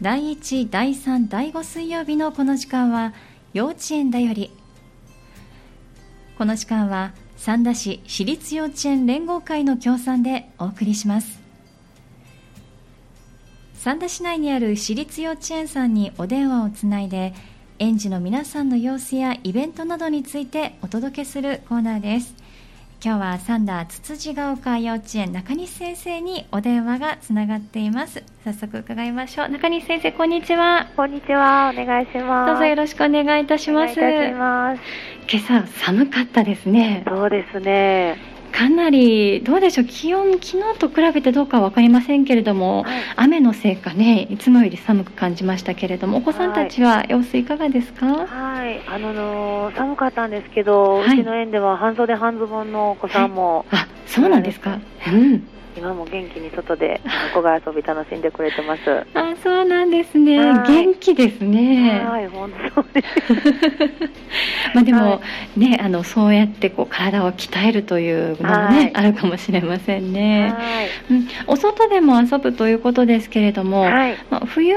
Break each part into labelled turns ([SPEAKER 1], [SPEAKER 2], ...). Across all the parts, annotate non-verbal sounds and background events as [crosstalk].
[SPEAKER 1] 第1、第3、第5水曜日のこの時間は幼稚園だよりこの時間は三田市私立幼稚園連合会の協賛でお送りします三田市内にある私立幼稚園さんにお電話をつないで園児の皆さんの様子やイベントなどについてお届けするコーナーです今日は三田つつじが丘幼稚園中西先生にお電話がつながっています早速伺いましょう中西先生こんにちは
[SPEAKER 2] こんにちは、お願いします。
[SPEAKER 1] どうぞよろしくお願いいたします
[SPEAKER 2] お願いいたします。
[SPEAKER 1] 今朝寒かったですね
[SPEAKER 2] そうですね。
[SPEAKER 1] かなりどうでしょう気温昨日と比べてどうかは分かりませんけれども
[SPEAKER 2] はい
[SPEAKER 1] 雨のせいかねいつもより寒く感じましたけれどもお子さんたちは様子いかがですか、
[SPEAKER 2] はい、あのの寒かったんですけど、
[SPEAKER 1] はいう
[SPEAKER 2] ちの園では半袖半ズボンのお子さんも、
[SPEAKER 1] あそうなんですかうん
[SPEAKER 2] 今も元気に外であの子が遊び楽しんでくれてます。
[SPEAKER 1] あそうなんですね
[SPEAKER 2] はい
[SPEAKER 1] 元気ですね
[SPEAKER 2] はい、本当に。
[SPEAKER 1] まあでも、
[SPEAKER 2] は
[SPEAKER 1] ねあのそうやってこう体を鍛えるというのもね、
[SPEAKER 2] はい
[SPEAKER 1] あるかもしれませんね、
[SPEAKER 2] はい。
[SPEAKER 1] うん、お外でも遊ぶということですけれども、
[SPEAKER 2] はい。
[SPEAKER 1] まあ、冬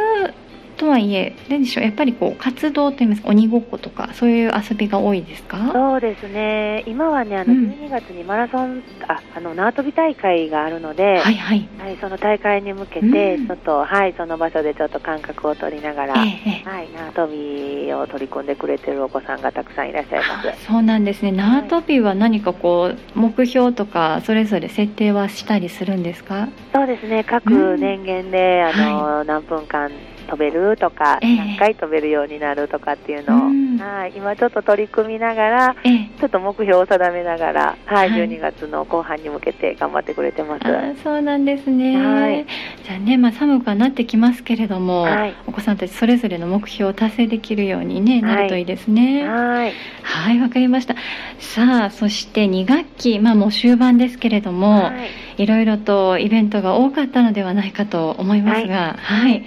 [SPEAKER 1] とはいえ何でしょうやっぱりこう活動といいますか鬼ごっことかそういう遊びが多いですか
[SPEAKER 2] そうですね。今はね、あの
[SPEAKER 1] うん
[SPEAKER 2] 12月にマラソン、あ、あの縄跳び大会があるので、
[SPEAKER 1] はいはい
[SPEAKER 2] はい、その大会に向けて、
[SPEAKER 1] うん
[SPEAKER 2] ちょっとはい、その場所でちょっと感覚を取りながら。
[SPEAKER 1] ええええ
[SPEAKER 2] はい、縄跳びを取り組んでくれてるお子さんがたくさんいらっしゃいます。
[SPEAKER 1] あそうなんですね縄跳びは何かこう目標とかそれぞれ設定はしたりするんですか
[SPEAKER 2] そうですね、
[SPEAKER 1] う
[SPEAKER 2] 各
[SPEAKER 1] ん
[SPEAKER 2] 年限で、あの、何分間飛べるとか、
[SPEAKER 1] ええ
[SPEAKER 2] 何回飛べるようになるとかっていうのを、
[SPEAKER 1] うん
[SPEAKER 2] はい、今ちょっと取り組みながら、
[SPEAKER 1] ええ
[SPEAKER 2] ちょっと目標を定めながら、はい、
[SPEAKER 1] はい
[SPEAKER 2] 12月の後半に向けて頑張ってくれてます。
[SPEAKER 1] あそうなんですね、
[SPEAKER 2] はい
[SPEAKER 1] じゃあね、まあ、寒くはなってきますけれども、
[SPEAKER 2] はい
[SPEAKER 1] お子さんたちそれぞれの目標を達成できるように、ね、なるといいですね。
[SPEAKER 2] はい、
[SPEAKER 1] はい、わかりました。さあ、そして2学期、まあもう終盤ですけれども、
[SPEAKER 2] はい
[SPEAKER 1] い、ろいろとイベントが多かったのではないかと思いますが、はい、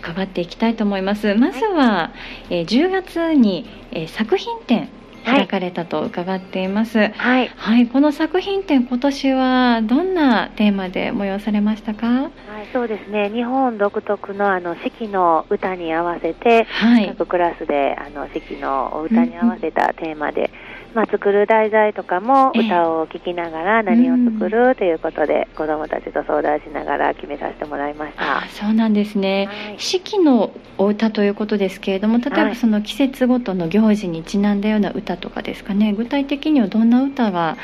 [SPEAKER 1] 伺っていきたいと思います。まずは、えー10月に、えー作品展
[SPEAKER 2] はい
[SPEAKER 1] 開かれたと伺っています。はい、
[SPEAKER 2] はい、
[SPEAKER 1] この作品展今年はどんなテーマで催されましたか？
[SPEAKER 2] はい、そうですね。日本独特のあの四季の歌に合わせて、
[SPEAKER 1] はい、
[SPEAKER 2] 各クラスであの四季のお歌に合わせたテーマで、まあ、作る題材とかも
[SPEAKER 1] ええ
[SPEAKER 2] 歌を聴きながら何を作るということで、子どもたちと相談しながら決めさせてもらいました。
[SPEAKER 1] あそうなんですね。
[SPEAKER 2] はい
[SPEAKER 1] 四季のお歌ということですけれども例え
[SPEAKER 2] は
[SPEAKER 1] ば
[SPEAKER 2] い
[SPEAKER 1] その季節ごとの行事にちなんだような歌とかですかね具体的にはどんな歌が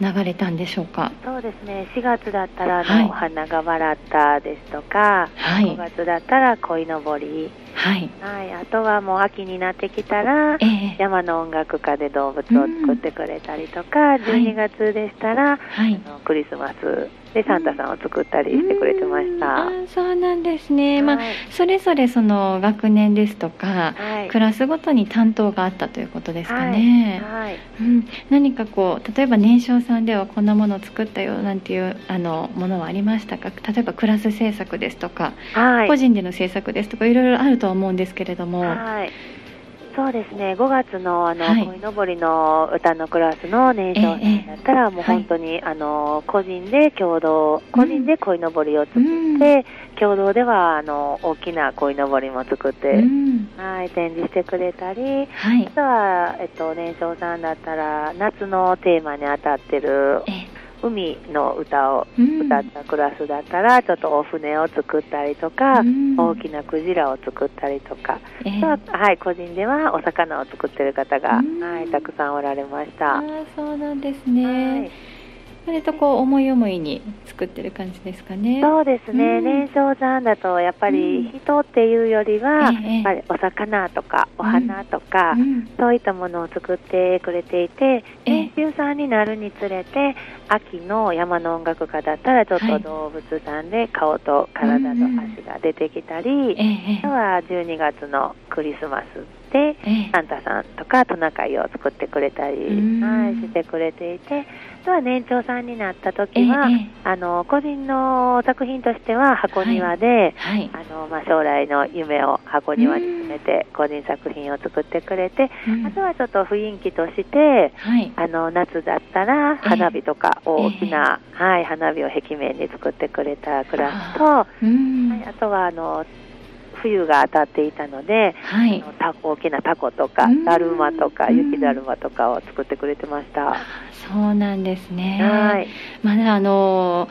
[SPEAKER 1] 流れたんでしょうか
[SPEAKER 2] そうですね4月だったらあの、
[SPEAKER 1] はい
[SPEAKER 2] お花が笑ったですとか、
[SPEAKER 1] は
[SPEAKER 2] 5
[SPEAKER 1] い
[SPEAKER 2] 月だったら鯉のぼり、
[SPEAKER 1] はい
[SPEAKER 2] はい、あとはもう秋になってきたら
[SPEAKER 1] ええ
[SPEAKER 2] 山の音楽家で動物を作ってくれたりとか、
[SPEAKER 1] ん
[SPEAKER 2] 12月でしたら、
[SPEAKER 1] はい
[SPEAKER 2] あのクリスマスでサンタさんを作ったりしてくれてました。
[SPEAKER 1] うんあそうなんですね、まあ
[SPEAKER 2] はい
[SPEAKER 1] それぞれその学年ですとか
[SPEAKER 2] はい
[SPEAKER 1] クラスごとに担当があったということですかね、
[SPEAKER 2] はい、
[SPEAKER 1] うん、何かこう例えば年少さんではこんなものを作ったよなんていうあのものはありましたか例えばクラス制作ですとか
[SPEAKER 2] はい
[SPEAKER 1] 個人での制作ですとかいろいろあるとは思うんですけれども、
[SPEAKER 2] はいそうですね5月のあの、
[SPEAKER 1] はい
[SPEAKER 2] 鯉のぼりの歌のクラスの年少さんだったら、もう
[SPEAKER 1] はい
[SPEAKER 2] 本当に、あの個人で共同個人で鯉のぼりを作
[SPEAKER 1] う
[SPEAKER 2] っ
[SPEAKER 1] ん
[SPEAKER 2] て、共同ではあの大きな鯉のぼりも作って、
[SPEAKER 1] うん
[SPEAKER 2] はい展示してくれたり
[SPEAKER 1] はい
[SPEAKER 2] あとは、えっと、年少さんだったら夏のテーマに当たってる
[SPEAKER 1] え
[SPEAKER 2] 海の歌を
[SPEAKER 1] うん
[SPEAKER 2] 歌ったクラスだったら、ちょっとお船を作ったりとか、
[SPEAKER 1] うん
[SPEAKER 2] 大きなクジラを作ったりとか、
[SPEAKER 1] え
[SPEAKER 2] あとははい、個人ではお魚を作ってる方が、
[SPEAKER 1] うん
[SPEAKER 2] はい、たくさんおられました
[SPEAKER 1] あ。ーそうなんです
[SPEAKER 2] は
[SPEAKER 1] ね
[SPEAKER 2] い、
[SPEAKER 1] 割とこう思い思いに作ってる感じですかね
[SPEAKER 2] そうですね、
[SPEAKER 1] うん
[SPEAKER 2] 年少さんだとやっぱ
[SPEAKER 1] うん
[SPEAKER 2] り人っていうよりは、
[SPEAKER 1] ええ
[SPEAKER 2] やっぱりお魚とかお花とか、
[SPEAKER 1] うん
[SPEAKER 2] そういったものを作ってくれていて、
[SPEAKER 1] え
[SPEAKER 2] 年中さんになるにつれて、秋の山の音楽家だったら、ちょっ
[SPEAKER 1] は
[SPEAKER 2] と
[SPEAKER 1] い
[SPEAKER 2] 動物さんで顔と体と足が出てきたり、
[SPEAKER 1] ええ
[SPEAKER 2] あとは12月のクリスマスで
[SPEAKER 1] ええ
[SPEAKER 2] サンタさんとかトナカイを作ってくれたり、
[SPEAKER 1] うん
[SPEAKER 2] はい、してくれていてあとは年長さんになった
[SPEAKER 1] ええ
[SPEAKER 2] 時は、
[SPEAKER 1] ええ
[SPEAKER 2] あの個人の作品としては箱庭で、
[SPEAKER 1] はい
[SPEAKER 2] あのまあ、将来の夢を箱庭に詰めて個人作品を作ってくれて、
[SPEAKER 1] うん
[SPEAKER 2] あとはちょっと雰囲気として
[SPEAKER 1] はい
[SPEAKER 2] あの夏だったら
[SPEAKER 1] ええ
[SPEAKER 2] 花火とか大きな、はい、花火を壁面に作ってくれたクラスと。
[SPEAKER 1] うん
[SPEAKER 2] はい、あとはあの冬が当たっていたので、
[SPEAKER 1] はい
[SPEAKER 2] あのた大きなタコとか
[SPEAKER 1] うん
[SPEAKER 2] だるまとか
[SPEAKER 1] うん
[SPEAKER 2] 雪だるまとかを作ってくれてました。
[SPEAKER 1] そうなんですね。
[SPEAKER 2] はい、
[SPEAKER 1] まだあの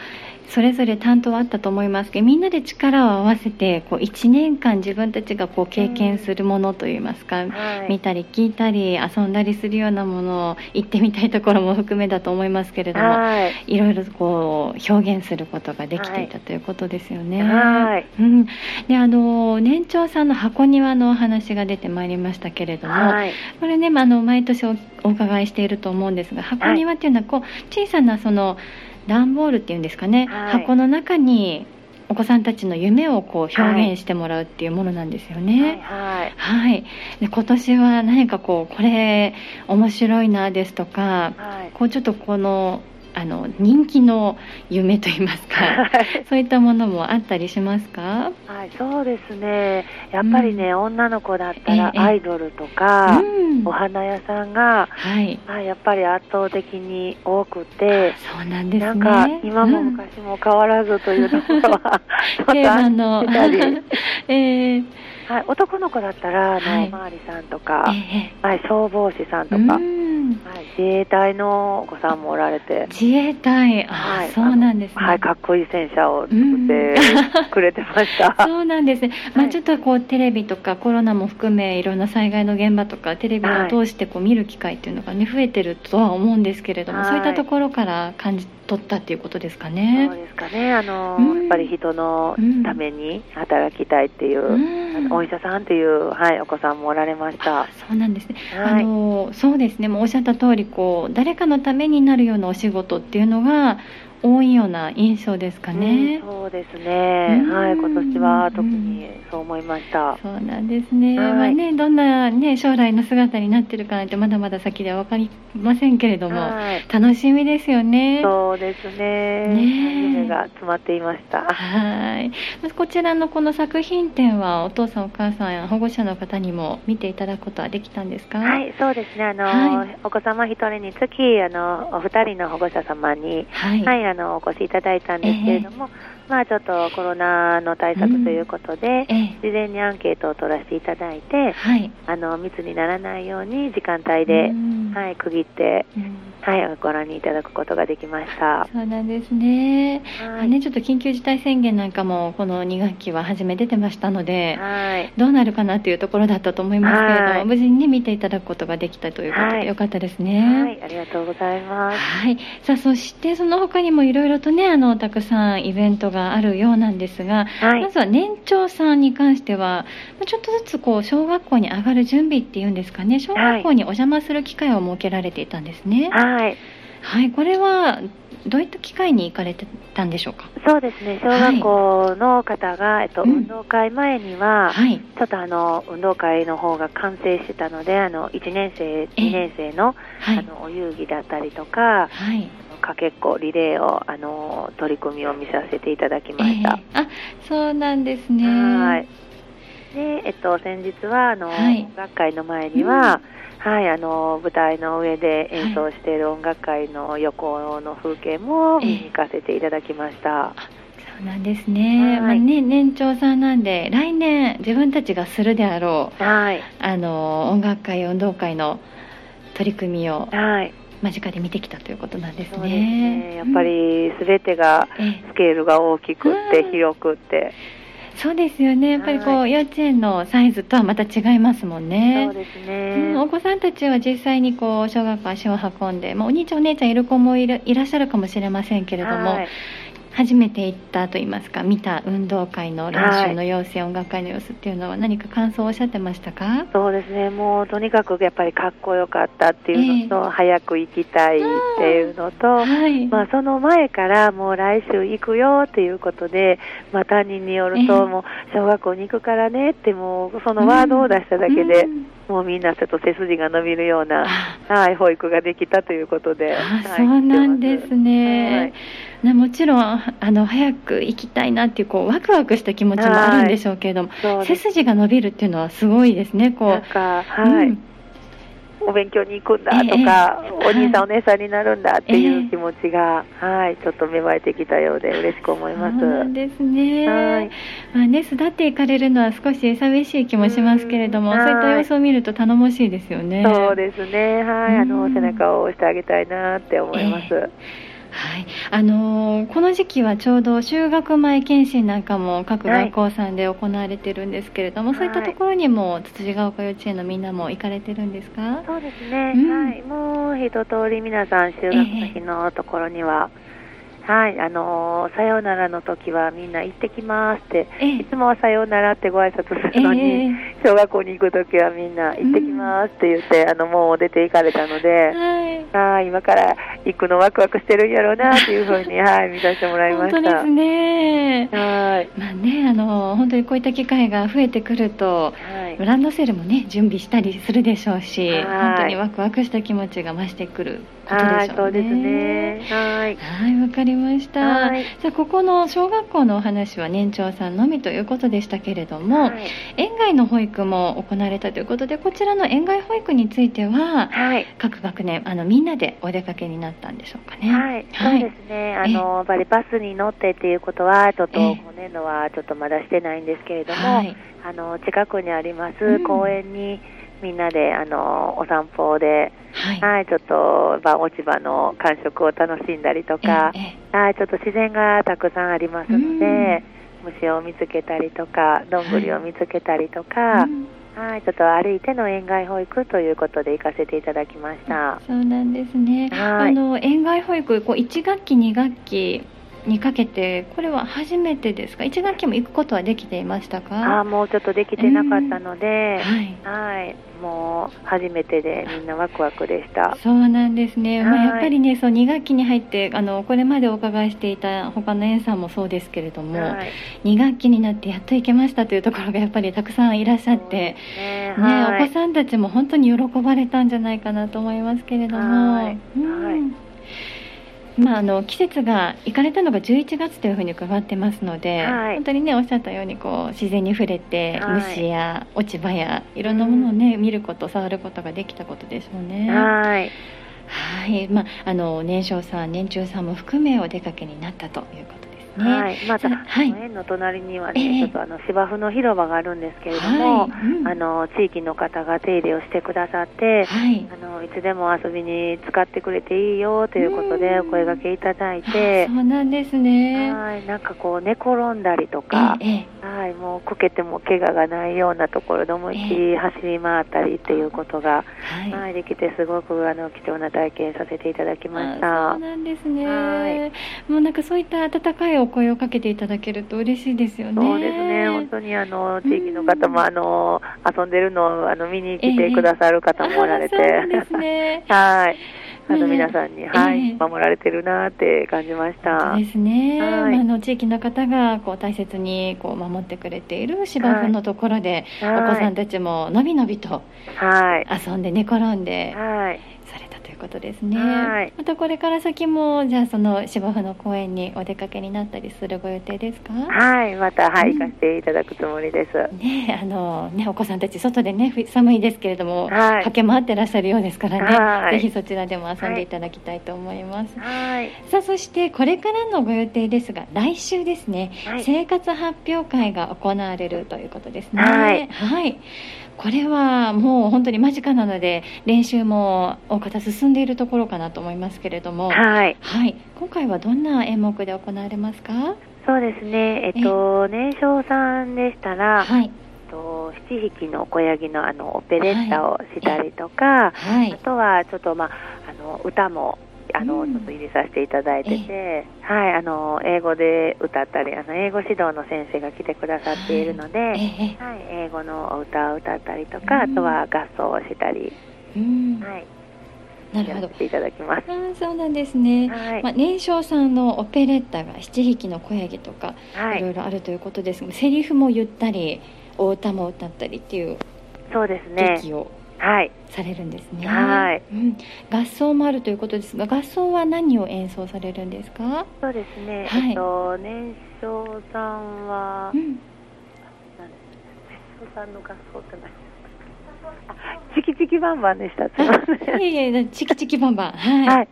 [SPEAKER 1] それぞれ担当はあったと思いますけどみんなで力を合わせてこう1年間自分たちがこう経験するものといいますか、
[SPEAKER 2] はい
[SPEAKER 1] 見たり聞いたり遊んだりするようなものを行ってみたいところも含めだと思いますけれども
[SPEAKER 2] はい
[SPEAKER 1] いろいろこう表現することができていたということですよね。
[SPEAKER 2] はい
[SPEAKER 1] うん、であの年長さんの箱庭のお話が出てまいりましたけれども、
[SPEAKER 2] はい
[SPEAKER 1] これね、まあ、あの毎年おお伺いしていると思うんですが箱庭っていうのはこう、小さなその段ボールっていうんですかね、
[SPEAKER 2] はい
[SPEAKER 1] 箱の中にお子さんたちの夢をこう表現してもらうっていうものなんですよね。
[SPEAKER 2] はい
[SPEAKER 1] はいで今年は何かこうこれ面白いなですとか
[SPEAKER 2] はい
[SPEAKER 1] こうちょっとこのあの人気の夢といいますか
[SPEAKER 2] [laughs] はい
[SPEAKER 1] そういったものもあったりしますか
[SPEAKER 2] はいそうですねやっぱりね、女の子だったら
[SPEAKER 1] ええ
[SPEAKER 2] アイドルとか、
[SPEAKER 1] うん
[SPEAKER 2] お花屋さんが、
[SPEAKER 1] はい
[SPEAKER 2] まあ、やっぱり圧倒的に多くて、
[SPEAKER 1] そうなんですね
[SPEAKER 2] なんか今も
[SPEAKER 1] うん
[SPEAKER 2] 昔も変わらずというとこ [laughs] ろは、
[SPEAKER 1] テーマの
[SPEAKER 2] また出たり
[SPEAKER 1] [laughs] えー
[SPEAKER 2] はい、男の子だったらあの、
[SPEAKER 1] はい
[SPEAKER 2] おまわりさんとか、
[SPEAKER 1] え
[SPEAKER 2] はい、消防士さん
[SPEAKER 1] え
[SPEAKER 2] とか、
[SPEAKER 1] うん
[SPEAKER 2] はい、自衛隊のお子さんもおられて、
[SPEAKER 1] 自衛隊あ、
[SPEAKER 2] はい、
[SPEAKER 1] そうなんですね、
[SPEAKER 2] あのはい、かっこいい戦車を作
[SPEAKER 1] うん
[SPEAKER 2] って [laughs]
[SPEAKER 1] [laughs]
[SPEAKER 2] くれてました。
[SPEAKER 1] そうなんですね、ま
[SPEAKER 2] は
[SPEAKER 1] あ、
[SPEAKER 2] い
[SPEAKER 1] ちょっとこうテレビとかコロナも含めいろんな災害の現場とかテレビを通してこう見る機会っていうのが、ね、増えてるとは思うんですけれども、
[SPEAKER 2] はい
[SPEAKER 1] そういったところから感じ取ったっていうことですか
[SPEAKER 2] そう
[SPEAKER 1] ね。
[SPEAKER 2] ですかね、あの、
[SPEAKER 1] うん
[SPEAKER 2] やっぱり人のために働きたいっていう、
[SPEAKER 1] うん
[SPEAKER 2] お医者さんっていう、はい、お子さんもおられました。は
[SPEAKER 1] あそうなんですね、あ
[SPEAKER 2] い、
[SPEAKER 1] のそうですねもうおっしゃった通りこう誰かのためになるようなお仕事っていうのが多いような印象ですかね
[SPEAKER 2] うん。そうですね、
[SPEAKER 1] うん
[SPEAKER 2] はい、今年は特にそう思いました。
[SPEAKER 1] そうなんですね。
[SPEAKER 2] はい
[SPEAKER 1] まあね、どんなね、将来の姿になってるかなんて、まだまだ先ではわかりませんけれども。
[SPEAKER 2] はい、
[SPEAKER 1] 楽しみですよね。
[SPEAKER 2] そうですね
[SPEAKER 1] ね
[SPEAKER 2] 夢が詰まっていました。
[SPEAKER 1] はい。まずこちらのこの作品展は、お父さん、お母さん、保護者の方にも見ていただくことはできたんですか。
[SPEAKER 2] は
[SPEAKER 1] はい。
[SPEAKER 2] い、そうですね。あの、
[SPEAKER 1] はい
[SPEAKER 2] お子様一人につき、あの、お二人の保護者様に、
[SPEAKER 1] はい。
[SPEAKER 2] はい、あの、お越しいただいたんですけれども、まあ、ちょっとコロナの対策ということで、
[SPEAKER 1] ええ。
[SPEAKER 2] 事前にアンケートを取らせていただいて、
[SPEAKER 1] はい。
[SPEAKER 2] あの、密にならないように時間帯で
[SPEAKER 1] う、ん
[SPEAKER 2] はい、区切って、
[SPEAKER 1] うん
[SPEAKER 2] はい、ご覧にいただくことができました。
[SPEAKER 1] そうなんですね。
[SPEAKER 2] は
[SPEAKER 1] ね、
[SPEAKER 2] い。
[SPEAKER 1] ちょっと緊急事態宣言なんかも、この2学期は初め出てましたので。
[SPEAKER 2] はい。
[SPEAKER 1] どうなるかなというところだったと思いますけれども、
[SPEAKER 2] はい
[SPEAKER 1] 無事に、ね、見ていただくことができたということで、
[SPEAKER 2] はい
[SPEAKER 1] よかったです
[SPEAKER 2] は
[SPEAKER 1] ね。
[SPEAKER 2] い、ありがとうございます。
[SPEAKER 1] はい、さあそしてその他にもいろいろとねあのたくさんイベントがあるようなんですが、
[SPEAKER 2] はい
[SPEAKER 1] ま。ずは年長さんに関してはまあちょっとずつこう小学校に上がる準備っていうんですかね小学校にお邪魔する機会を設けられていたんですね。はい、
[SPEAKER 2] はい。
[SPEAKER 1] これはどういった機会に行かれてたんでしょうか。
[SPEAKER 2] そうですね、小学校の方が、えっと、
[SPEAKER 1] うん
[SPEAKER 2] 運動会前には、
[SPEAKER 1] はい、
[SPEAKER 2] ちょっとあの運動会の方が完成してたので、あの1年生、
[SPEAKER 1] え
[SPEAKER 2] 2年生の,、
[SPEAKER 1] は
[SPEAKER 2] あ
[SPEAKER 1] い、
[SPEAKER 2] のお遊戯だったりと
[SPEAKER 1] は
[SPEAKER 2] か、
[SPEAKER 1] い。
[SPEAKER 2] かけっこ、リレーをあの取り組みを見させていただきまし
[SPEAKER 1] えー
[SPEAKER 2] た。
[SPEAKER 1] あ、そうなんですね。
[SPEAKER 2] はいでえっと、先日はあの、
[SPEAKER 1] はい
[SPEAKER 2] 音楽会の前には、はい、あの舞台の上で演奏している音楽会の横の風景も見に行かせていただきました。
[SPEAKER 1] そうなんですね,、
[SPEAKER 2] はい
[SPEAKER 1] まあ、ね年長さんなんで来年自分たちがするであろう
[SPEAKER 2] はい、
[SPEAKER 1] あの音楽会運動会の取り組みを
[SPEAKER 2] はい、
[SPEAKER 1] 間近で見てきたということなんです
[SPEAKER 2] そうです
[SPEAKER 1] ね
[SPEAKER 2] ね。やっぱ、り全てが
[SPEAKER 1] うんええ
[SPEAKER 2] スケールが大きくって、
[SPEAKER 1] うん
[SPEAKER 2] 広くって、
[SPEAKER 1] そうですよねやっぱりこ
[SPEAKER 2] は
[SPEAKER 1] う幼稚園のサイズとはまた違いますもん
[SPEAKER 2] そ
[SPEAKER 1] ね
[SPEAKER 2] うです
[SPEAKER 1] う
[SPEAKER 2] ね。
[SPEAKER 1] ん、お子さんたちは実際にこう小学校足を運んで、まあ、お兄ちゃんお姉ちゃんいる子もいるいらっしゃるかもしれませんけれども、
[SPEAKER 2] はい
[SPEAKER 1] 初めて行ったと言いますか見た運動会の練習の様子、音楽会の様子っていうのは何か感想をおっしゃってましたか
[SPEAKER 2] そうですね、もうとにかくやっぱりかっこよかったっていうのと、早く行きたいっていうのと、
[SPEAKER 1] はい、
[SPEAKER 2] まあ、その前からもう来週行くよっていうことで、まあ、担任による
[SPEAKER 1] ええ
[SPEAKER 2] と、もう小学校に行くからねって、もうそのワードを出しただけで、
[SPEAKER 1] うん
[SPEAKER 2] もうみんなちょっと背筋が伸びるような、
[SPEAKER 1] あ
[SPEAKER 2] はい、保育ができたということで、
[SPEAKER 1] あ
[SPEAKER 2] はい
[SPEAKER 1] そうなんです
[SPEAKER 2] は
[SPEAKER 1] ね
[SPEAKER 2] い、
[SPEAKER 1] ねもちろんあの早く行きたいなっていうこうワクワクした気持ちもあるんでしょうけれども、
[SPEAKER 2] そう
[SPEAKER 1] 背
[SPEAKER 2] です
[SPEAKER 1] 筋が伸びるっていうのはすごいですねこ
[SPEAKER 2] なん
[SPEAKER 1] う
[SPEAKER 2] か、はい、
[SPEAKER 1] うん
[SPEAKER 2] お勉強に行くんだとか、
[SPEAKER 1] ええ
[SPEAKER 2] お兄さん、お姉さんになるんだってい
[SPEAKER 1] ええ
[SPEAKER 2] う気持ちが、はい、ちょっと芽生えてきたようで嬉しく思います。
[SPEAKER 1] そうなんですね。
[SPEAKER 2] はい
[SPEAKER 1] まあね、巣立っていかれるのは少し寂しい気もしますけれども、
[SPEAKER 2] うん
[SPEAKER 1] そういった
[SPEAKER 2] はい
[SPEAKER 1] 様子を見ると頼もしいですよね。
[SPEAKER 2] そうですね、はい、あの
[SPEAKER 1] うん
[SPEAKER 2] 背中を押してあげたいなって思います。
[SPEAKER 1] はい、あのーこの時期はちょうど就学前検診なんかも各学校さんで行われてるんですけれども、
[SPEAKER 2] はい
[SPEAKER 1] そういったところにもつつじが丘幼稚園のみんなも行かれてるんですか、
[SPEAKER 2] そうですね、
[SPEAKER 1] うん
[SPEAKER 2] はい、もう一通り皆さん、修学の日のところには、はい、あのさようならの時はみんな行ってきますって、
[SPEAKER 1] え
[SPEAKER 2] いつもはさようならってご挨拶す
[SPEAKER 1] え
[SPEAKER 2] るのに、
[SPEAKER 1] え
[SPEAKER 2] 小学校に行く時はみんな行ってきますって言って、あのもう出て行かれたので、
[SPEAKER 1] はい
[SPEAKER 2] はい、今から行くのワクワクしてるんやろうなっていうふう
[SPEAKER 1] [laughs]
[SPEAKER 2] に、はい、見させてもらいま
[SPEAKER 1] 本
[SPEAKER 2] した。
[SPEAKER 1] 当ですね。
[SPEAKER 2] はい、
[SPEAKER 1] まあね、あのー本当にこういった機会が増えてくると、
[SPEAKER 2] はい
[SPEAKER 1] ランドセルもね準備したりするでしょうし、
[SPEAKER 2] はい
[SPEAKER 1] 本当にワクワクした気持ちが増してくること
[SPEAKER 2] は
[SPEAKER 1] で
[SPEAKER 2] い
[SPEAKER 1] しょうね。
[SPEAKER 2] そうですね。はい。
[SPEAKER 1] はい、わかりました。
[SPEAKER 2] はい
[SPEAKER 1] じゃあここの小学校のお話は年長さんのみということでしたけれども、
[SPEAKER 2] はい
[SPEAKER 1] 園外の保育も行われたということで、こちらの園外保育については
[SPEAKER 2] はい。
[SPEAKER 1] 各学年あのみんなでお出かけになったんでしょうかね。
[SPEAKER 2] はい、そうですね、あのやっぱりバスに乗ってっていうことは、ちょっと
[SPEAKER 1] ええ
[SPEAKER 2] 今年度はちょっとまだしてないんですけれども、
[SPEAKER 1] はい
[SPEAKER 2] あの近くにありま
[SPEAKER 1] う
[SPEAKER 2] す
[SPEAKER 1] ん
[SPEAKER 2] 公園に、みんなであのお散歩で、
[SPEAKER 1] はい。
[SPEAKER 2] はい、ちょっと晩落ち葉の感触を楽しんだりとか
[SPEAKER 1] え、え
[SPEAKER 2] はい、ちょっと自然がたくさんありますので、虫を見つけたりとか、どんぐりを見つけたりと
[SPEAKER 1] ええ
[SPEAKER 2] か
[SPEAKER 1] う、ん
[SPEAKER 2] はい、ちょっと歩いての園外保育ということで行かせていただきました。
[SPEAKER 1] そうなんですね。
[SPEAKER 2] は
[SPEAKER 1] あ
[SPEAKER 2] い
[SPEAKER 1] の園外保育こう一学期二学期にかけてこれは初めてですか。一学期も行くことはできていました
[SPEAKER 2] あ
[SPEAKER 1] か。
[SPEAKER 2] ーもうちょっとできてなかったので、
[SPEAKER 1] はい。
[SPEAKER 2] はい、もう初めてでみんなワクワクでした。
[SPEAKER 1] そうなんですね、ま
[SPEAKER 2] は
[SPEAKER 1] あ、
[SPEAKER 2] い
[SPEAKER 1] やっぱりね、そう2学期に入ってあの、これまでお伺いしていた他の園さんもそうですけれども、
[SPEAKER 2] はい、
[SPEAKER 1] 2学期になってやっと行けましたというところがやっぱりたくさんいらっしゃって、ね
[SPEAKER 2] ねは
[SPEAKER 1] お子
[SPEAKER 2] い、
[SPEAKER 1] さんたちも本当に喜ばれたんじゃないかなと思いますけれども、
[SPEAKER 2] はい
[SPEAKER 1] うん
[SPEAKER 2] はい
[SPEAKER 1] まあ、あの季節が行かれたのが11月というふうに伺ってますので、
[SPEAKER 2] はい
[SPEAKER 1] 本当にねおっしゃったようにこう自然に触れて、
[SPEAKER 2] はい
[SPEAKER 1] 虫や落ち葉やいろんなものをね、見ること触ることができたことでしょうね。
[SPEAKER 2] はい、
[SPEAKER 1] はい、まあ、あの年少さん、年中さんも含めお出かけになったということですね。
[SPEAKER 2] はい、また、
[SPEAKER 1] はい
[SPEAKER 2] 園の隣には
[SPEAKER 1] ええ
[SPEAKER 2] ね、ちょっとあの芝生の広場があるんですけれども、
[SPEAKER 1] はいうん
[SPEAKER 2] あの地域の方が手入れをしてくださって。
[SPEAKER 1] はい、
[SPEAKER 2] あのいつでも遊びに使ってくれていいよということで
[SPEAKER 1] う
[SPEAKER 2] お
[SPEAKER 1] ん
[SPEAKER 2] 声掛けいただい
[SPEAKER 1] あ
[SPEAKER 2] て
[SPEAKER 1] そ、うなんですね。
[SPEAKER 2] はいなんかこう寝転んだりと
[SPEAKER 1] え
[SPEAKER 2] か、
[SPEAKER 1] ええ
[SPEAKER 2] はい、もうこけても怪我がないようなところで思いっきり走り回ったりっていうことが、
[SPEAKER 1] えはい。
[SPEAKER 2] はい、できてすごくあの貴重な体験させていただきまし
[SPEAKER 1] あ
[SPEAKER 2] た
[SPEAKER 1] そう。なんですね、
[SPEAKER 2] は
[SPEAKER 1] もうなんかそういった温かいお声をかけていただけると嬉しいですよね。
[SPEAKER 2] そうですね、本当にあの地域の方も
[SPEAKER 1] うん
[SPEAKER 2] あの遊んでるのをあの見に来
[SPEAKER 1] ええ
[SPEAKER 2] てくださる方もおられて、。
[SPEAKER 1] あそうなんですね
[SPEAKER 2] [laughs] はい、あ
[SPEAKER 1] まあ
[SPEAKER 2] の皆さんに、はい
[SPEAKER 1] ええ
[SPEAKER 2] 守られてるなって感じました。
[SPEAKER 1] ですね、
[SPEAKER 2] はい
[SPEAKER 1] まあ、あの地域の方がこう大切にこう守ってくれている芝生のところで、お子
[SPEAKER 2] は
[SPEAKER 1] さん
[SPEAKER 2] い、
[SPEAKER 1] たちものびのびと
[SPEAKER 2] はい、
[SPEAKER 1] 遊んで寝転んで
[SPEAKER 2] はい、
[SPEAKER 1] されたということですね。
[SPEAKER 2] はい
[SPEAKER 1] またこれから先もじゃあその芝生の公園にお出かけになったりするご予定ですか？
[SPEAKER 2] はい、または
[SPEAKER 1] う
[SPEAKER 2] い
[SPEAKER 1] ん
[SPEAKER 2] 行かせていただくつもりです。
[SPEAKER 1] ねえあのねお子さんたち外でねふ寒いですけれども、
[SPEAKER 2] はい
[SPEAKER 1] 駆け回ってらっしゃるようですからね。
[SPEAKER 2] は
[SPEAKER 1] ぜ
[SPEAKER 2] い
[SPEAKER 1] ひそちらでも遊んでいただきたいと思います。
[SPEAKER 2] はい、
[SPEAKER 1] さあそしてこれからのご予定ですが来週ですね、
[SPEAKER 2] はい
[SPEAKER 1] 生活発表会が行われるということですね
[SPEAKER 2] はい
[SPEAKER 1] はいこれはもう本当に間近なので練習も大方進んでいるところかなと思いますけれども
[SPEAKER 2] はい、
[SPEAKER 1] はい今回はどんな演目で行われますか
[SPEAKER 2] そうですね。えっと年少さんでしたら、
[SPEAKER 1] はい
[SPEAKER 2] えっと七匹の子ヤギのあのオペレッタをしたりとか。
[SPEAKER 1] は
[SPEAKER 2] あ
[SPEAKER 1] い
[SPEAKER 2] とはちょっと、まあ、あの歌もあの、
[SPEAKER 1] うん
[SPEAKER 2] ちょっと入れさせていただいてて、はい、あの英語で歌ったりあの英語指導の先生が来てくださっているので、
[SPEAKER 1] え
[SPEAKER 2] はい
[SPEAKER 1] え
[SPEAKER 2] 英語のお歌を歌ったりとか、
[SPEAKER 1] うん
[SPEAKER 2] あとは合奏をしたり、
[SPEAKER 1] うん
[SPEAKER 2] はい、
[SPEAKER 1] なるほ
[SPEAKER 2] や
[SPEAKER 1] ど
[SPEAKER 2] らせていただきます。
[SPEAKER 1] あーそうなんですね、
[SPEAKER 2] はい
[SPEAKER 1] まあ、年少さんのオペレッタが7匹の小ヤギとか
[SPEAKER 2] はい
[SPEAKER 1] ろ
[SPEAKER 2] い、
[SPEAKER 1] いろあるということですが、セリフも言ったりお歌も歌ったりっていう
[SPEAKER 2] そうですね。
[SPEAKER 1] 劇を
[SPEAKER 2] はい、
[SPEAKER 1] されるんですね、
[SPEAKER 2] はい
[SPEAKER 1] うん、合奏もあるということですが合奏は何を演奏されるんですか、
[SPEAKER 2] そうですね。
[SPEAKER 1] はい
[SPEAKER 2] えっと年少さんは
[SPEAKER 1] う、ん、
[SPEAKER 2] なんです年少さんの合奏って何？チキチキバンバンでした。すいません
[SPEAKER 1] いえいえ、チキチキバンバン。はい。
[SPEAKER 2] はい
[SPEAKER 1] い、。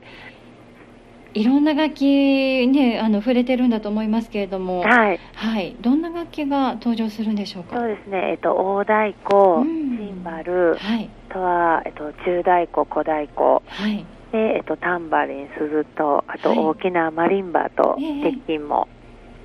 [SPEAKER 1] ろんな楽器ね、あの触れてるんだと思いますけれども、はい、
[SPEAKER 2] はい。
[SPEAKER 1] どんな楽器が登場するんでしょう
[SPEAKER 2] そ
[SPEAKER 1] か。
[SPEAKER 2] うですね。えっと、大太鼓、
[SPEAKER 1] うん
[SPEAKER 2] シンバル、
[SPEAKER 1] はい、
[SPEAKER 2] あとは、えっと、中太鼓、小太鼓、
[SPEAKER 1] はい、
[SPEAKER 2] で、えっと、タンバリン、鈴と、あと
[SPEAKER 1] はい
[SPEAKER 2] 大きなマリンバと、
[SPEAKER 1] ええ
[SPEAKER 2] 鉄筋も、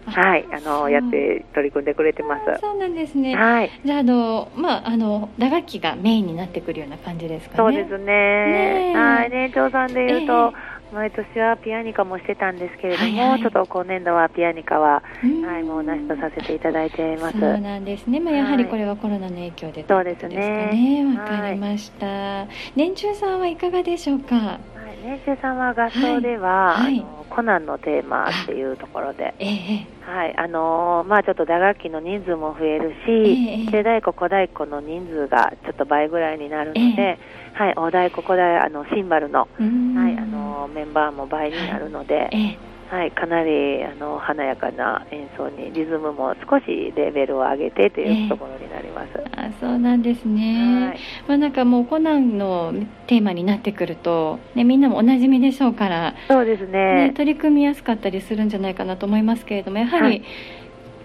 [SPEAKER 1] あ
[SPEAKER 2] はい、あ
[SPEAKER 1] そ
[SPEAKER 2] の、
[SPEAKER 1] う
[SPEAKER 2] やって取り組んでくれてま
[SPEAKER 1] あ
[SPEAKER 2] す。
[SPEAKER 1] そうなんですね。
[SPEAKER 2] はい。
[SPEAKER 1] じゃああのまああの打楽器がメインになってくるような感じですかね。
[SPEAKER 2] そうです
[SPEAKER 1] ね
[SPEAKER 2] ね。
[SPEAKER 1] え
[SPEAKER 2] はい、年長さんで言うと
[SPEAKER 1] え、
[SPEAKER 2] 毎年はピアニカもしてたんですけれども、
[SPEAKER 1] はいはい
[SPEAKER 2] ちょっと今年度はピアニカは、
[SPEAKER 1] うん
[SPEAKER 2] はい、もうなしとさせていただいています。
[SPEAKER 1] そうなんですね。まあやはり
[SPEAKER 2] はい
[SPEAKER 1] これはコロナの影響で
[SPEAKER 2] そうですね
[SPEAKER 1] ということですかね。わ
[SPEAKER 2] はい
[SPEAKER 1] かりました。年中さんはいかがでしょうか。
[SPEAKER 2] はい、年中さんは合奏では、
[SPEAKER 1] はいはい
[SPEAKER 2] あのコナンのテーマっていうところで、
[SPEAKER 1] ええ
[SPEAKER 2] はい、あのーまあちょっと打楽器の人数も増える
[SPEAKER 1] ええ
[SPEAKER 2] し、中太鼓、小太鼓の人数がちょっと倍ぐらいになるので、
[SPEAKER 1] え
[SPEAKER 2] はい、大太鼓、小太あのシンバルの、
[SPEAKER 1] うん
[SPEAKER 2] はい、あのーメンバーも倍になるので、
[SPEAKER 1] ええ
[SPEAKER 2] はい、かなりあの華やかな演奏にリズムも少しレベルを上げてと
[SPEAKER 1] ええ
[SPEAKER 2] いうところになります。
[SPEAKER 1] あそうなんですね。
[SPEAKER 2] はい、
[SPEAKER 1] まあなんかもうコナンのテーマになってくると、ね、みんなもおなじみでしょうから、
[SPEAKER 2] そうですね
[SPEAKER 1] ね、取り組みやすかったりするんじゃないかなと思いますけれどもやはり、
[SPEAKER 2] はい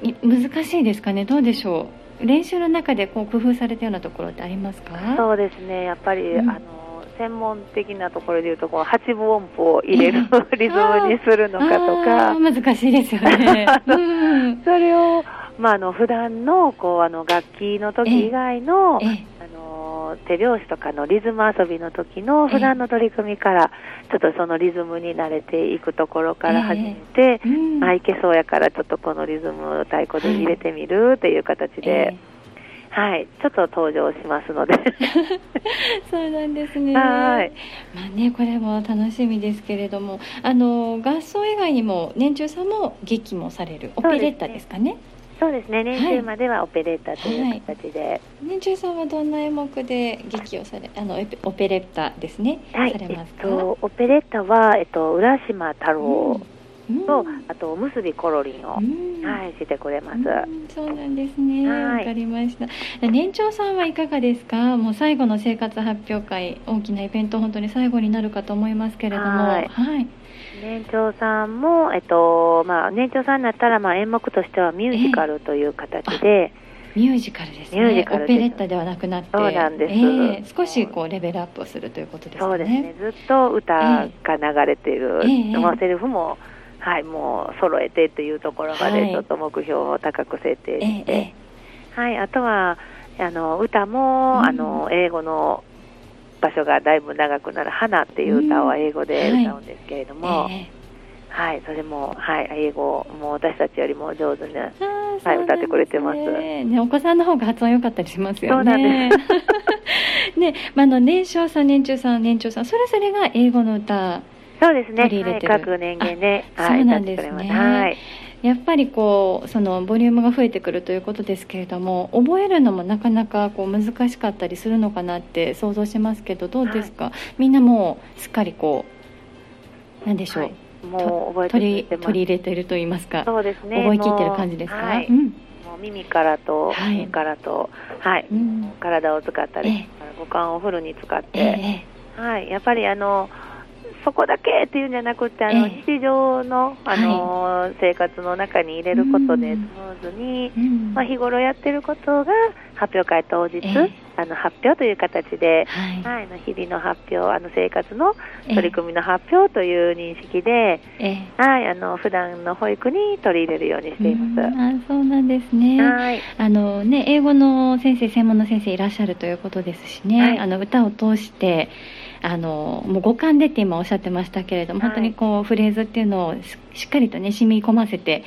[SPEAKER 1] い難しいですかねどうでしょう練習の中でこう工夫されたようなところってありますか
[SPEAKER 2] そうですね、やっぱり、
[SPEAKER 1] うん
[SPEAKER 2] あの専門的なところでいうと、こう八分音符を入れる [laughs] リズムにするのかと
[SPEAKER 1] あ
[SPEAKER 2] か
[SPEAKER 1] ー、難しいですよねうん
[SPEAKER 2] それを、まあ、あの普段のこうあの楽器の時以外の、
[SPEAKER 1] え
[SPEAKER 2] あの手拍子とかのリズム遊びの時の
[SPEAKER 1] ええ
[SPEAKER 2] 普段の取り組みから、ちょっとそのリズムに慣れていくところから始めて、 [laughs]
[SPEAKER 1] うん
[SPEAKER 2] あいけそうやからちょっとこのリズムを太鼓で入れてみるっていう形で、
[SPEAKER 1] え
[SPEAKER 2] はい、ちょっと登場しますので。
[SPEAKER 1] えそうなんですね
[SPEAKER 2] はい
[SPEAKER 1] まあねこれも楽しみですけれどもあの合奏以外にも年中さんも劇もされるオペレッタですかね
[SPEAKER 2] [laughs] そうですね、
[SPEAKER 1] い
[SPEAKER 2] 年中まではオペレーターという形で、
[SPEAKER 1] 年中さんはどんな演目で劇をされあのエペオペレッタですね、
[SPEAKER 2] はい、
[SPEAKER 1] され
[SPEAKER 2] え
[SPEAKER 1] ま
[SPEAKER 2] っ
[SPEAKER 1] すか、
[SPEAKER 2] と、オペレータは、えっと、浦島太郎
[SPEAKER 1] うん
[SPEAKER 2] と、
[SPEAKER 1] うん
[SPEAKER 2] あと、おむすびころりんを、
[SPEAKER 1] うん
[SPEAKER 2] はい、してくれます。
[SPEAKER 1] うんそうなんですね。
[SPEAKER 2] はい
[SPEAKER 1] わかりました。年長さんはいかがですか。もう最後の生活発表会、大きなイベント本当に最後になるかと思いますけれども、は
[SPEAKER 2] はいい、
[SPEAKER 1] はい、
[SPEAKER 2] 年長さんも、えっと、まあ、年長さんになったら、まあ、演目としてはミュージカルという形で、
[SPEAKER 1] ミュージカルですね。
[SPEAKER 2] ミュージカル
[SPEAKER 1] オ
[SPEAKER 2] です
[SPEAKER 1] ペレッタではなくなって、
[SPEAKER 2] そうなんです
[SPEAKER 1] ええ少しこうレベルアップをするということですね。
[SPEAKER 2] そうですね、ずっと歌が流れている、
[SPEAKER 1] ええええ
[SPEAKER 2] まあセリフも、はい、もう揃えてというところまで、
[SPEAKER 1] はい
[SPEAKER 2] ちょっと目標を高く設定
[SPEAKER 1] え
[SPEAKER 2] し
[SPEAKER 1] え
[SPEAKER 2] て。
[SPEAKER 1] ええ
[SPEAKER 2] はい、あとはあの歌も、
[SPEAKER 1] うん
[SPEAKER 2] あの英語の場所がだいぶ長くなる「花」っていう歌は英語で
[SPEAKER 1] うん
[SPEAKER 2] 歌うんですけれども、はい
[SPEAKER 1] ええ
[SPEAKER 2] それも、はい、英語も私たちよりも上手に、
[SPEAKER 1] あー
[SPEAKER 2] はい
[SPEAKER 1] そうなん
[SPEAKER 2] 歌ってくれてます
[SPEAKER 1] ですねね、お子さんの方が発音良かったりしますよね。
[SPEAKER 2] そうなん
[SPEAKER 1] です。 [laughs] ね、まあ、あの年少さん、年中さん、年長さん、それぞれが英語の歌。
[SPEAKER 2] そうですね、
[SPEAKER 1] 取り入れ
[SPEAKER 2] はい、
[SPEAKER 1] てる
[SPEAKER 2] 各年限で、
[SPEAKER 1] あ
[SPEAKER 2] はい、
[SPEAKER 1] そう
[SPEAKER 2] 歌
[SPEAKER 1] な
[SPEAKER 2] っ
[SPEAKER 1] んで
[SPEAKER 2] て
[SPEAKER 1] す
[SPEAKER 2] く
[SPEAKER 1] ね
[SPEAKER 2] れます。はい
[SPEAKER 1] やっぱりこう、そのボリュームが増えてくるということですけれども、覚えるのもなかなかこう難しかったりするのかなって想像しますけど、どうですか。みんなもうすっかりこう、なんでしょう。
[SPEAKER 2] はいもう覚え
[SPEAKER 1] 取り、
[SPEAKER 2] てくれてます
[SPEAKER 1] 取り入れてると言いますか。
[SPEAKER 2] そうですね
[SPEAKER 1] 覚えきってる感じですか。
[SPEAKER 2] もう,、はい
[SPEAKER 1] うん。
[SPEAKER 2] もう耳からと
[SPEAKER 1] はい
[SPEAKER 2] 目からと、はい
[SPEAKER 1] うん
[SPEAKER 2] 体を使ったり、五感をフルに使って、
[SPEAKER 1] ええ
[SPEAKER 2] はい、やっぱりあのそこだけっていうんじゃなくてあの、
[SPEAKER 1] ええ
[SPEAKER 2] 日常のあの、生活の中に入れることで
[SPEAKER 1] う
[SPEAKER 2] ス
[SPEAKER 1] ん
[SPEAKER 2] ムーズに、
[SPEAKER 1] うん
[SPEAKER 2] まあ、日頃やってることが発表会当日、
[SPEAKER 1] ええ
[SPEAKER 2] あの発表という形で、
[SPEAKER 1] はい。
[SPEAKER 2] はい、あの日々の発表あの生活の
[SPEAKER 1] ええ
[SPEAKER 2] 取り組みの発表という認識で、
[SPEAKER 1] ええ
[SPEAKER 2] はい、あの普段の保育に取り入れるようにしています。
[SPEAKER 1] うんあそうなんですね。
[SPEAKER 2] はい、
[SPEAKER 1] あのね英語の先生専門の先生いらっしゃるということですしね。
[SPEAKER 2] はい
[SPEAKER 1] あの歌を通して。あのもう五感でって今おっしゃってましたけれども、
[SPEAKER 2] はい
[SPEAKER 1] 本当にこうフレーズっていうのをししっかりとね染み込ませて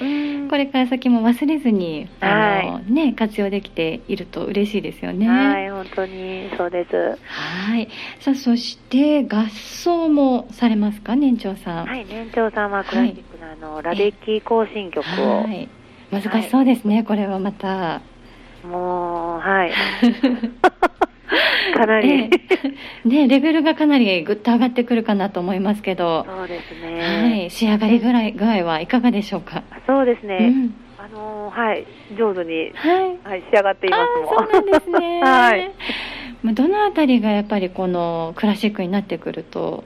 [SPEAKER 1] これから先も忘れずにあの、ね、活用できていると嬉しいですよね。
[SPEAKER 2] はい、本当にそうです。
[SPEAKER 1] はいさあそして合奏もされますか年長さん。
[SPEAKER 2] はい、年長さんはクラシックのあの、ラデッキー行進曲を、
[SPEAKER 1] はい難しそうですね、これはまた。
[SPEAKER 2] もう、
[SPEAKER 1] [laughs]
[SPEAKER 2] はい、かなり、
[SPEAKER 1] ええね、レベルがかなりぐっと上がってくるかなと思いますけど、
[SPEAKER 2] そうです
[SPEAKER 1] は
[SPEAKER 2] ね、
[SPEAKER 1] い、仕上がりぐらい具合はいかがでしょうか。
[SPEAKER 2] そうですね、
[SPEAKER 1] うん、
[SPEAKER 2] あのーはい、上手に、
[SPEAKER 1] はい。
[SPEAKER 2] はい、仕上がってい
[SPEAKER 1] あ
[SPEAKER 2] ま
[SPEAKER 1] あ
[SPEAKER 2] すもん。
[SPEAKER 1] ー、そうなんですね。
[SPEAKER 2] [laughs] はい、
[SPEAKER 1] まあ、どのあたりがやっぱりこのクラシックになってくると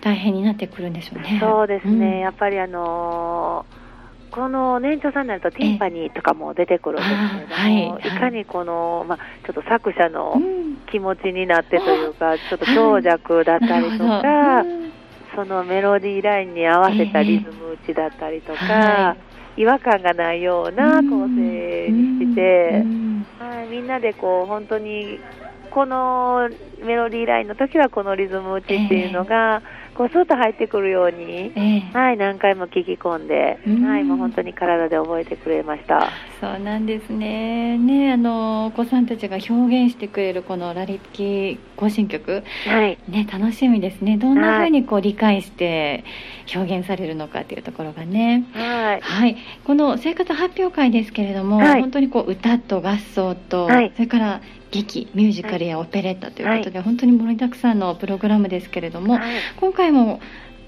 [SPEAKER 1] 大変になってくるんでしょうね。
[SPEAKER 2] そうですね、
[SPEAKER 1] ん
[SPEAKER 2] やっぱりあのーこの年長さんになるとティンパニーとかも出てくるんですけれども、
[SPEAKER 1] え
[SPEAKER 2] い
[SPEAKER 1] えあはい
[SPEAKER 2] かにこの、まあ、ちょっと作者
[SPEAKER 1] う
[SPEAKER 2] の
[SPEAKER 1] ん
[SPEAKER 2] 気持ちになってというか、ちょっと強弱だったりとか、
[SPEAKER 1] なるほどうん
[SPEAKER 2] そのメロディーラインに合わせた
[SPEAKER 1] ええ
[SPEAKER 2] リズム打ちだったりと
[SPEAKER 1] は
[SPEAKER 2] か、違和感がないような構成にして、はい、みんなでこう本当にこのメロディーラインの時はこのリズム打ちっていうのが、こうスーッと入ってくるように、
[SPEAKER 1] ええ
[SPEAKER 2] はい、何回も聞き込んで、
[SPEAKER 1] うん
[SPEAKER 2] はい、もう本当に体で覚えてくれま
[SPEAKER 1] [laughs]
[SPEAKER 2] した。
[SPEAKER 1] そうなんですねねあのお子さんたちが表現してくれるこのラリキ行進曲、
[SPEAKER 2] はい、
[SPEAKER 1] ね、楽しみですねどんなふうにこう理解して表現されるのかというところがね。
[SPEAKER 2] はい、
[SPEAKER 1] はい、この生活発表会ですけれども、
[SPEAKER 2] はい
[SPEAKER 1] 本当にこう歌と合奏と、
[SPEAKER 2] はい
[SPEAKER 1] それから劇ミュージカルやオペレッタということで、本当に盛りだくさんのプログラムですけれども、
[SPEAKER 2] はい
[SPEAKER 1] 今回も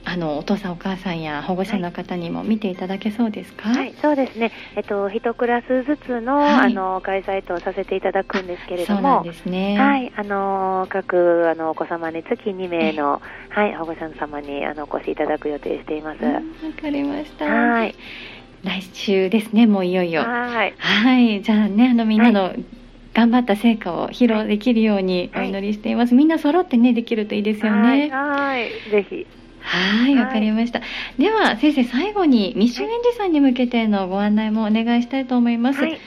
[SPEAKER 1] あのお父さんお母さんや保護者の方にも見ていただけそうですか、
[SPEAKER 2] はい、そうですね。えっと一クラスずつの、
[SPEAKER 1] はい
[SPEAKER 2] あの開催とさせていただくんですけれ
[SPEAKER 1] そ
[SPEAKER 2] ど
[SPEAKER 1] うなん
[SPEAKER 2] も、
[SPEAKER 1] ですね。
[SPEAKER 2] はい、あの各あのお子様につき2名の、はい、保護者様にあのお越しいただく予定しています。
[SPEAKER 1] うんわかりました。
[SPEAKER 2] はい、
[SPEAKER 1] 来週ですね、もういよいよ。
[SPEAKER 2] はい、
[SPEAKER 1] はい、じゃあね、あのみんなの頑張った成果を披露できるようにお
[SPEAKER 2] はい
[SPEAKER 1] 祈りしています。みんな揃ってね、できるといいですよ
[SPEAKER 2] はい、
[SPEAKER 1] ね。
[SPEAKER 2] はいぜひ。
[SPEAKER 1] はい、わかりました。では、先生、最後にミッションエンジさんに向けてのご案内もお願いしたいと思います。
[SPEAKER 2] はい。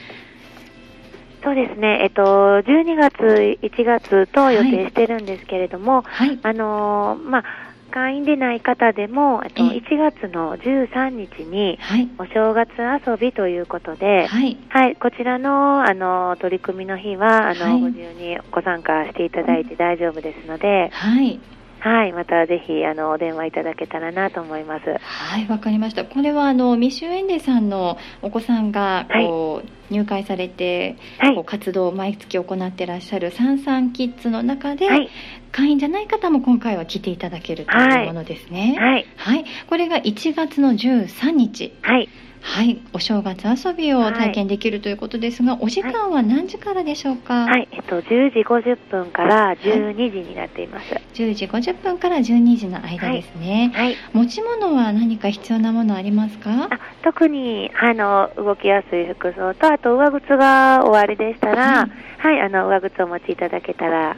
[SPEAKER 2] そうですね。えっと12月、1月と予定してるんですけれども、
[SPEAKER 1] はい。
[SPEAKER 2] あのまあ会員でない方でも、えっと
[SPEAKER 1] ええ
[SPEAKER 2] 1月の13日に
[SPEAKER 1] はい。
[SPEAKER 2] お正月遊びということで。
[SPEAKER 1] はい。
[SPEAKER 2] はい、こちらのあの取り組みの日はあの、
[SPEAKER 1] はい
[SPEAKER 2] ご自由にご参加していただいて大丈夫ですので、
[SPEAKER 1] はい。
[SPEAKER 2] はい、またぜひあのお電話いただけたらなと思います。
[SPEAKER 1] はい、わかりました。これはあのミシュエンデさんのお子さんがこう、入会されて、
[SPEAKER 2] はい
[SPEAKER 1] こう活動を毎月行ってらっしゃるサンサンキッズの中で、
[SPEAKER 2] はい、
[SPEAKER 1] 会員じゃない方も今回は来ていただけると
[SPEAKER 2] はい
[SPEAKER 1] いうものですね。はい、
[SPEAKER 2] はい、
[SPEAKER 1] これが1月の13日、
[SPEAKER 2] はい、
[SPEAKER 1] はい、お正月遊びを体験できるということですが、お時間は何時からでしょうか。
[SPEAKER 2] はい、えっと10時50分から12時になっています。
[SPEAKER 1] 10時50分から12時の間ですね。
[SPEAKER 2] はい、
[SPEAKER 1] 持ち物は何か必要なものありますか。
[SPEAKER 2] あ特にあの動きやすい服装とあと上靴がおありでしたら、はい、あの上靴をお持ちいただけたら、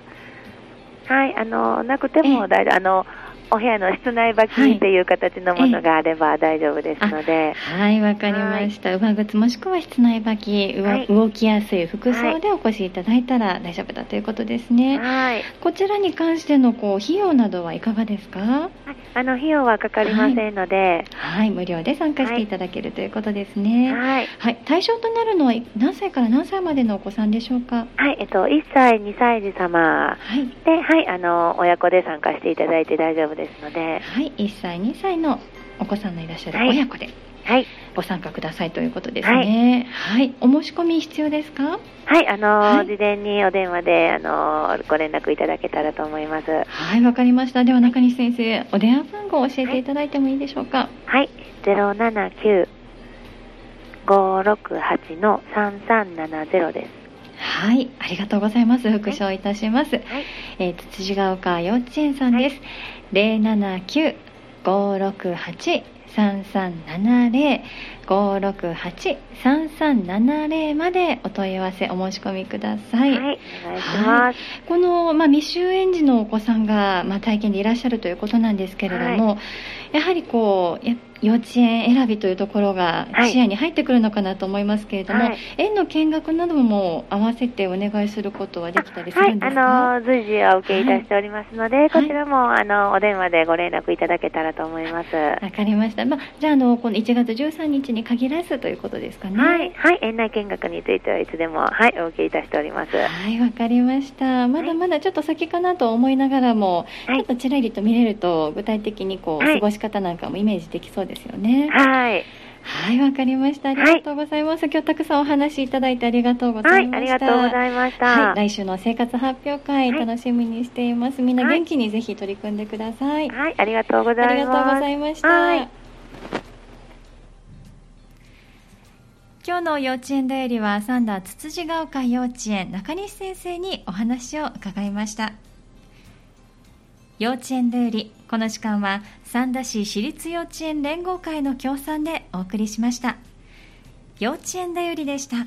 [SPEAKER 2] はい、あのなくても大丈夫。あのお部屋の室内履
[SPEAKER 1] はい
[SPEAKER 2] きっていう形のものがあれば大丈夫ですので、
[SPEAKER 1] はい、わかりました。上靴もしくは室内履き、うわ
[SPEAKER 2] はい
[SPEAKER 1] 動きやすい服装でお越しいただいたら大丈夫だということですね。
[SPEAKER 2] はい、
[SPEAKER 1] こちらに関してのこう費用などはいかがですか？
[SPEAKER 2] あの費用はかかりませんので、
[SPEAKER 1] はい、無料で参加していただけるということですね。はい、
[SPEAKER 2] はい、
[SPEAKER 1] 対象となるのは何歳から何歳までのお子さんでしょうか？
[SPEAKER 2] はい、えっと1歳2歳児
[SPEAKER 1] は
[SPEAKER 2] 様
[SPEAKER 1] い。
[SPEAKER 2] で、はい、あの親子で参加していただいて大丈夫ですので、
[SPEAKER 1] はい、1歳2歳のお子さんのいらっしゃる
[SPEAKER 2] はい
[SPEAKER 1] 親子で
[SPEAKER 2] はい、
[SPEAKER 1] ご参加くださいということですね。はい、お申し込み必要ですか？
[SPEAKER 2] はい、あの、
[SPEAKER 1] はい
[SPEAKER 2] 事前にお電話であのご連絡いただけたらと思います。
[SPEAKER 1] はい、わかりました。では中西先生、お電話番号を教えていただいてもいいでしょうか。
[SPEAKER 2] はい、ゼロ七九五六八の三三七ゼロです。
[SPEAKER 1] はい、ありがとうございます。復唱いたします。
[SPEAKER 2] はい、
[SPEAKER 1] えー、つつじが丘幼稚園さんです。零七九五六八三三七零五六八三三七零までお問い合わせお申し込みください。
[SPEAKER 2] はい、お願いします。
[SPEAKER 1] この、まあ、未就園児のお子さんが、まあ、体験でいらっしゃるということなんですけれども、やはりこうや幼稚園選びというところが
[SPEAKER 2] はい
[SPEAKER 1] 視野に入ってくるのかなと思いますけれども、
[SPEAKER 2] はい
[SPEAKER 1] 園の見学なども合わせてお願いすることはできたりす
[SPEAKER 2] は
[SPEAKER 1] る
[SPEAKER 2] い
[SPEAKER 1] ん、ですか、
[SPEAKER 2] あの随時お受けいたしておりますので、
[SPEAKER 1] い
[SPEAKER 2] こちらもあのお電話でご連絡いただけたらと思います。は
[SPEAKER 1] わかりました、まあ、じゃああのこの1月13日に限らずということですかね。
[SPEAKER 2] い、はい、園内見学についてはいつでもはいお受けいたしております。
[SPEAKER 1] はい、わかりました。まだまだちょっと先かなと思いながらも、
[SPEAKER 2] はい
[SPEAKER 1] ちょっとちらりと見れると具体的にこう、
[SPEAKER 2] はい
[SPEAKER 1] 過ごし方なんかもイメージできそうですよね。
[SPEAKER 2] はい、
[SPEAKER 1] はい、わかりました。ありがとうございます。今日たくさんお話しいただいてありがとうござ
[SPEAKER 2] はいい、
[SPEAKER 1] ま
[SPEAKER 2] あり
[SPEAKER 1] した。
[SPEAKER 2] がとうございました。
[SPEAKER 1] は、
[SPEAKER 2] はい
[SPEAKER 1] 来週の生活発表会、
[SPEAKER 2] はい
[SPEAKER 1] 楽しみにしています。みんな
[SPEAKER 2] はい
[SPEAKER 1] 元気にぜひ取り組んでください。
[SPEAKER 2] い、ありがとうござ
[SPEAKER 1] あり
[SPEAKER 2] い
[SPEAKER 1] がとうご
[SPEAKER 2] ます
[SPEAKER 1] ざ。いました。
[SPEAKER 2] はい
[SPEAKER 1] 今日の幼稚園だよりは三田つつじが丘幼稚園中西先生にお話を伺いました幼稚園だよりこの時間は三田市私立幼稚園連合会の協賛でお送りしました幼稚園だよりでした